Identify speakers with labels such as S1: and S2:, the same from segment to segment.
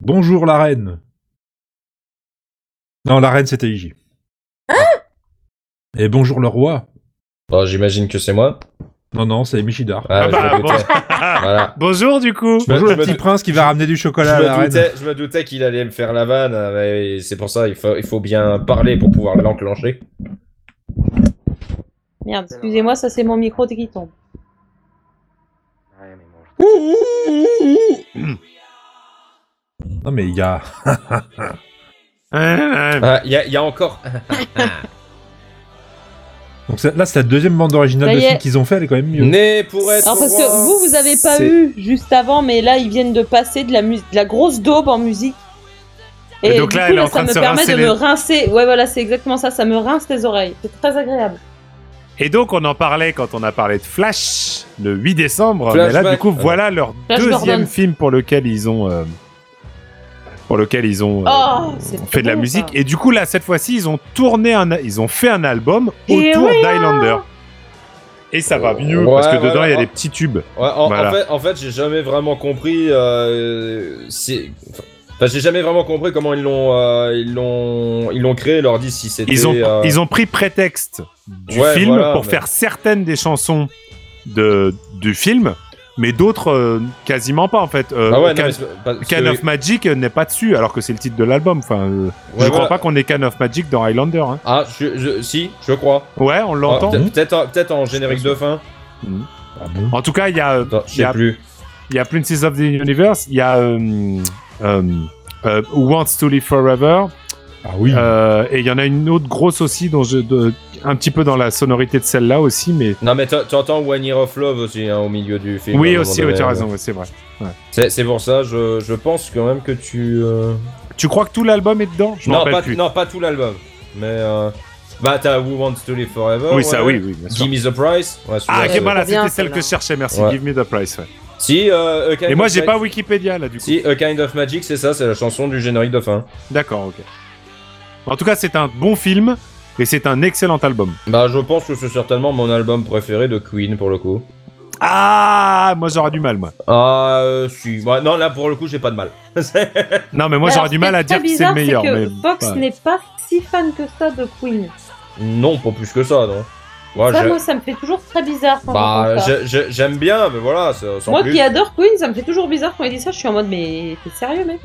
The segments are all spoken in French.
S1: Bonjour la reine. Non, la reine c'était Iji.
S2: Hein
S1: Et bonjour le roi.
S3: Bon, j'imagine que c'est moi.
S1: Non, non, c'est Michidar.
S3: Ah,
S4: Ah
S3: je
S4: bah,
S3: me doutais. Voilà.
S4: Bonjour du coup.
S3: me-
S1: Bonjour
S3: je
S1: le
S3: me
S1: petit
S3: dou-
S1: prince qui va ramener du
S3: Je
S1: chocolat à la
S3: me,
S1: reine.
S3: doutais, je me doutais qu'il allait me faire la vanne, euh, mais c'est pour ça il faut, il faut bien parler pour pouvoir l'enclencher.
S2: Merde, excusez-moi, ça c'est mon micro qui tombe.
S1: Non mais il y a
S4: Ah,
S3: Ah, Il y, a- il y a encore.
S1: donc c'est- là c'est la deuxième bande originale
S2: Ça
S1: de
S2: y
S1: film
S2: est.
S1: qu'ils ont fait, elle est quand même mieux.
S3: Né pour être.
S2: Alors Ah, parce que
S3: roi.
S2: vous, vous avez pas
S3: C'est-
S2: eu juste avant, mais là ils viennent de passer de la, mus- de la grosse daube en musique. Et,
S4: Et donc
S2: du
S4: là,
S2: coup,
S4: elle est en train
S2: ça
S4: de
S2: me
S4: se
S2: permet
S4: rincer
S2: de
S4: les-
S2: me rincer. Ouais, voilà, c'est exactement ça. Ça me rince les oreilles. C'est très agréable.
S4: Et donc on en parlait quand on a parlé de Flash le 8 décembre.
S3: Flashback.
S4: mais là du coup
S3: Ah.
S4: voilà leur
S2: Flash
S4: deuxième
S2: Gordon.
S4: film pour lequel ils ont euh, pour lequel ils ont euh,
S2: Oh, c'est
S4: fait de la
S2: trop beau,
S4: musique.
S2: ça.
S4: Et du coup là cette fois-ci ils ont tourné un ils ont fait un album
S2: Et hein.
S4: autour
S2: ouais.
S4: d'Highlander. Et ça va mieux
S3: Ouais,
S4: parce que
S3: ouais,
S4: dedans il y a
S3: ouais.
S4: des petits tubes.
S3: Ouais, en, en
S4: Voilà.
S3: fait, en fait j'ai jamais vraiment compris. Euh, c'est- enfin, j'ai jamais vraiment compris comment ils l'ont, euh, ils l'ont, ils l'ont créé. Leur dit si c'était.
S4: Ils ont,
S3: euh,
S4: ils ont pris prétexte du
S3: Ouais,
S4: film
S3: voilà,
S4: pour
S3: mais-
S4: faire certaines des chansons de, du film, mais d'autres euh, quasiment pas en fait. Euh,
S3: Ah ouais, non,
S4: Can,
S3: mais c'est- parce que-
S4: Can of Magic n'est pas dessus alors que c'est le titre de l'album. Enfin, euh,
S3: ouais,
S4: je crois
S3: voilà.
S4: pas qu'on ait Can of Magic dans Highlander. hein.
S3: Ah, je, je- si, je crois.
S4: Ouais, on l'entend.
S3: Ah, peut- peut-être, en- peut-être en générique de fin.
S1: Ah bon
S4: en tout cas, il y a, euh,
S3: Attends, je
S4: il y
S3: sais
S4: a,
S3: plus.
S4: il y a Princess of the Universe, il y a euh, euh, euh, Who Wants to Live Forever,
S1: Ah oui.
S4: euh, et il y en a une autre grosse aussi dont je, de- un petit peu dans la sonorité de celle-là aussi, mais
S3: Non, mais t'en- t'entends One Year of Love aussi hein, au milieu du film. à
S4: oui
S3: un moment
S4: aussi,
S3: donné.
S4: oui, tu as raison, ouais, c'est vrai.
S3: C'est, c'est pour ça, je, je pense quand même que tu. euh,
S4: Tu crois que tout l'album est dedans Je m'en
S3: Non,
S4: rappelle
S3: pas,
S4: plus.
S3: non, pas tout l'album. Mais. euh, Bah, t'as Who Wants to Live Forever.
S4: oui, ça,
S3: ouais.
S4: oui, oui, bien sûr.
S3: Give me the price. Ouais,
S4: Ah,
S3: celui-là,
S4: ok,
S3: c'est-
S4: voilà,
S2: bien,
S4: c'était celle
S2: celle-là.
S4: que je cherchais, merci.
S3: Ouais.
S4: Give me the price, ouais.
S3: Si, euh, A Kind
S4: Et moi,
S3: of
S4: j'ai
S3: Ma-
S4: pas Wikipédia, là, du coup.
S3: Si, A Kind of Magic, c'est ça, c'est la chanson du générique de fin.
S4: D'accord, ok. En tout cas, c'est un bon film, et c'est un excellent album.
S3: Bah, je pense que c'est certainement mon album préféré de Queen pour le coup.
S4: Ah, moi, j'aurais du mal, moi.
S3: Ah, euh, si. Ouais, non, là pour le coup, j'ai pas de mal.
S4: Non, mais moi,
S2: Alors,
S4: j'aurais du mal à
S2: ce qui est
S4: dire que c'est
S2: très
S4: le meilleur,
S2: bizarre, c'est
S4: mais...
S2: que Fox
S4: ouais.
S2: n'est pas si fan que ça de Queen.
S3: non, pas plus que ça, non. Ouais,
S2: ça,
S3: je-
S2: moi, ça me fait toujours très bizarre quand
S3: Bah,
S2: j'entends ça.
S3: je- je- j'aime bien, mais voilà, ça- sans
S2: Moi
S3: plus.
S2: qui adore Queen, ça me fait toujours bizarre quand il dit ça. Je suis en mode, mais t'es sérieux, mec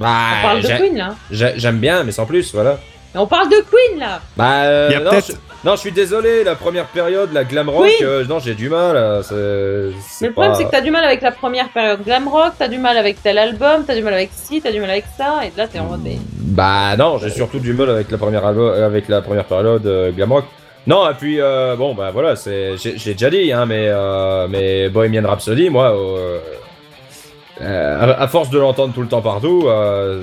S2: On
S3: Bah,
S2: parle de
S3: j'ai-
S2: Queen là.
S3: j'ai- j'aime bien, mais sans plus, voilà.
S2: Mais on parle de Queen là.
S3: Bah, euh,
S4: Il y a
S3: non,
S4: peut-être-
S3: je... non, je suis désolé, la première période, la glam rock,
S2: Oui.
S3: euh, non, j'ai du mal. euh, c'est- c'est
S2: Mais le problème,
S3: pas-
S2: c'est que t'as du mal avec la première période glam rock, t'as du mal avec tel album, t'as du mal avec ci, t'as du mal avec ça, et là t'es en mode. mais-
S3: Bah non, j'ai surtout du mal avec la première albo- avec la première période euh, glam rock. Non, et puis euh, bon bah voilà, c'est j'ai j'ai déjà dit hein, mais euh, mais Bohemian Rhapsody, moi, euh, euh, à, à force de l'entendre tout le temps partout, euh,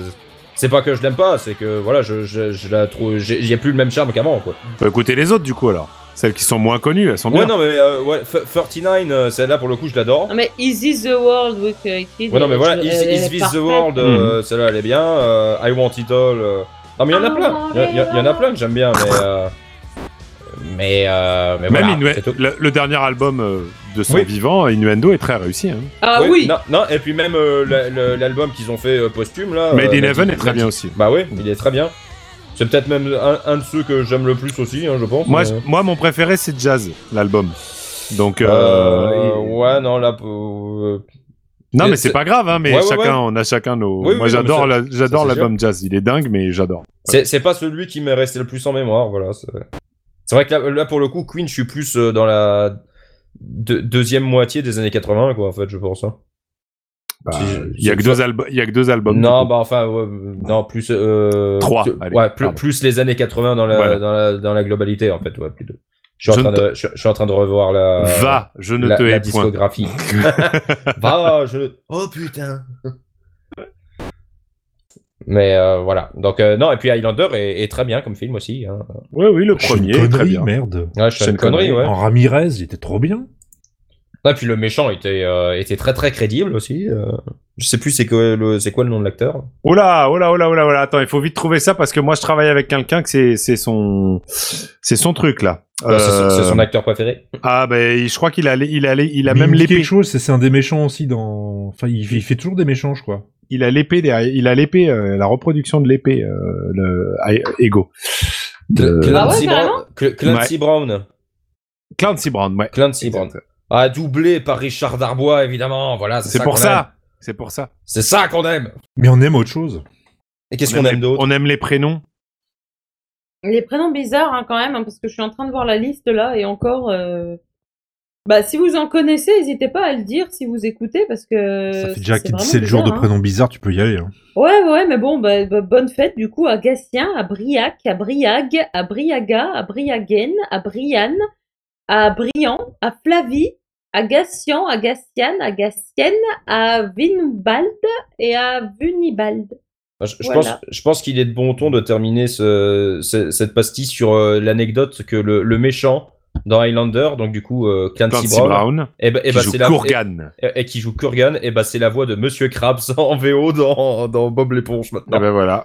S3: c'est pas que je l'aime pas, c'est que voilà, je, je, je la trouve, j'ai j'ai plus le même charme qu'avant quoi.
S4: Faut écouter Bah, les autres, du coup, alors. Celles qui sont moins connues, elles sont
S3: Ouais
S4: bien.
S3: non mais euh, ouais, F- 39, euh, celle-là pour le coup je l'adore.
S2: Non mais Easy the World we created.
S3: Ouais non mais voilà,
S2: Ah, elle-
S3: Is,
S2: elle
S3: Is
S2: est
S3: This the
S2: parfaite.
S3: World,
S4: Mm.
S3: euh, celle-là elle est bien, euh, I Want It All. euh, Non mais il y en a
S2: I
S3: plein,
S2: want
S3: il y, y-
S2: it
S3: y en a
S2: all.
S3: plein que j'aime bien, mais euh, mais euh, mais
S4: Même
S3: voilà.
S4: Innue-
S3: c'est tout.
S4: le, le dernier album euh, de son
S3: Oui.
S4: vivant, Innuendo, est très réussi. Hein.
S2: Ah oui,
S3: Non, non, et puis même euh, la- le- l'album qu'ils ont fait euh, posthume là.
S4: Made
S3: euh,
S4: in Heaven
S3: Magic-
S4: est très bien
S3: Magic-
S4: aussi.
S3: Bah oui, il est très bien. C'est peut-être même un, un de ceux que j'aime le plus aussi, hein, je pense.
S4: Moi,
S3: mais-
S4: je- moi, mon préféré, c'est Jazz, l'album. Donc, euh,
S3: Euh,
S4: et-
S3: ouais, non, là, euh,
S4: Non,
S3: Et
S4: mais c'est
S3: c'est-
S4: pas grave, hein, mais
S3: Ouais, ouais,
S4: chacun,
S3: ouais.
S4: on a chacun nos.
S3: Oui, oui,
S4: Moi,
S3: non,
S4: j'adore
S3: mais
S4: la- j'adore
S3: ça, c'est
S4: l'album jazz. Il est dingue, mais j'adore.
S3: c'est c'est pas celui qui m'est resté le plus en mémoire, voilà. C'est c'est vrai que là, là, pour le coup, Queen, je suis plus euh, dans la deux- deuxième moitié des années 80, quoi, en fait, je pense. hein.
S4: Bah,
S3: Si-
S4: Il y a que
S3: si-
S4: deux albums. Il y a que deux albums.
S3: Non,
S4: du coup.
S3: bah enfin, ouais, euh, non, plus. Euh,
S4: Trois,
S3: plus-
S4: allez,
S3: ouais, plus,
S4: pardon.
S3: plus les années 80 dans la,
S4: Voilà.
S3: dans la, dans la globalité, en fait, ouais, plutôt. Je suis,
S4: Je
S3: en train
S4: ne
S3: de, je, je suis en train de revoir la.
S4: Va, je ne
S3: bah, la,
S4: te
S3: la
S4: hais point.
S3: discographie. Va, je. Oh putain. Mais euh, voilà. Donc, euh, non, et puis Highlander est, est très bien comme film aussi. Hein.
S4: Oui, oui, le
S1: Je fais une
S4: premier. très
S1: connerie,
S4: bien.
S1: merde.
S3: Ouais, je fais
S4: Sean
S3: une connerie,
S4: Connery,
S3: ouais.
S1: En Ramirez, il était trop bien.
S3: Ah, puis le méchant était, euh, était très très crédible aussi. euh. Je sais plus c'est quoi, le- c'est quoi le nom de l'acteur.
S4: Oh là, oh là, oh là, oh là, oh là. Attends, il faut vite trouver ça parce que moi, je travaille avec quelqu'un que c'est, c'est son, c'est son truc là.
S3: Euh, c'est son-
S4: Euh,
S3: C'est son acteur préféré.
S4: Ah ben, je crois qu'il a, il a, il a
S1: Mais
S4: même
S1: me dit
S4: l'épée.
S1: quelque chose, c'est c'est un des méchants aussi dans. Enfin, il, il fait toujours des méchants, je crois.
S4: il a l'épée derrière, il a l'épée, euh, la reproduction de l'épée, euh, le I- Ego. De-
S2: Ah ouais,
S3: Clancy
S2: carrément
S3: Brown. Cl- Clancy Brown.
S4: Clancy Brown, ouais.
S3: Clancy Brown. Ah, doublé par Richard Darbois, évidemment. Voilà,
S4: C'est
S3: qu'on
S4: pour
S3: aime.
S4: ça. C'est pour ça.
S3: C'est ça qu'on aime.
S1: Mais on aime autre chose.
S3: Et qu'est-ce qu'on aime
S4: les,
S3: d'autre
S4: on aime les prénoms.
S2: Les prénoms bizarres hein, quand même, hein, parce que je suis en train de voir la liste là et encore. euh, Bah, si vous en connaissez, n'hésitez pas à le dire si vous écoutez, parce que.
S1: Ça fait déjà
S2: Euh, c'est vraiment
S1: 17 jours de
S2: bizarre, hein.
S1: prénom bizarre, tu peux y aller. hein.
S2: Ouais, ouais, mais bon, bah, bah, bonne fête du coup à Gatien, à Briac, à Briag, à Briaga, à Briaguen, à Brianne, à Brian, à Flavie, à Gatian, à Gatiane, à Gatienne, à Vinbald et à Vunibald.
S3: Je, je
S2: Voilà.
S3: pense, je pense qu'il est de bon ton de terminer ce- ce- cette pastille sur euh, l'anecdote que le, le méchant dans Highlander, donc du coup euh, Clancy,
S4: Clancy
S3: Brown,
S4: Brown.
S3: et ben- et
S4: qui
S3: ben,
S4: joue
S3: c'est la-
S4: Kurgan.
S3: et- et qui joue Kurgan, et bah c'est la voix de Monsieur Krabs en VO dans, dans Bob l'éponge
S4: Ah
S3: maintenant.
S4: ben voilà.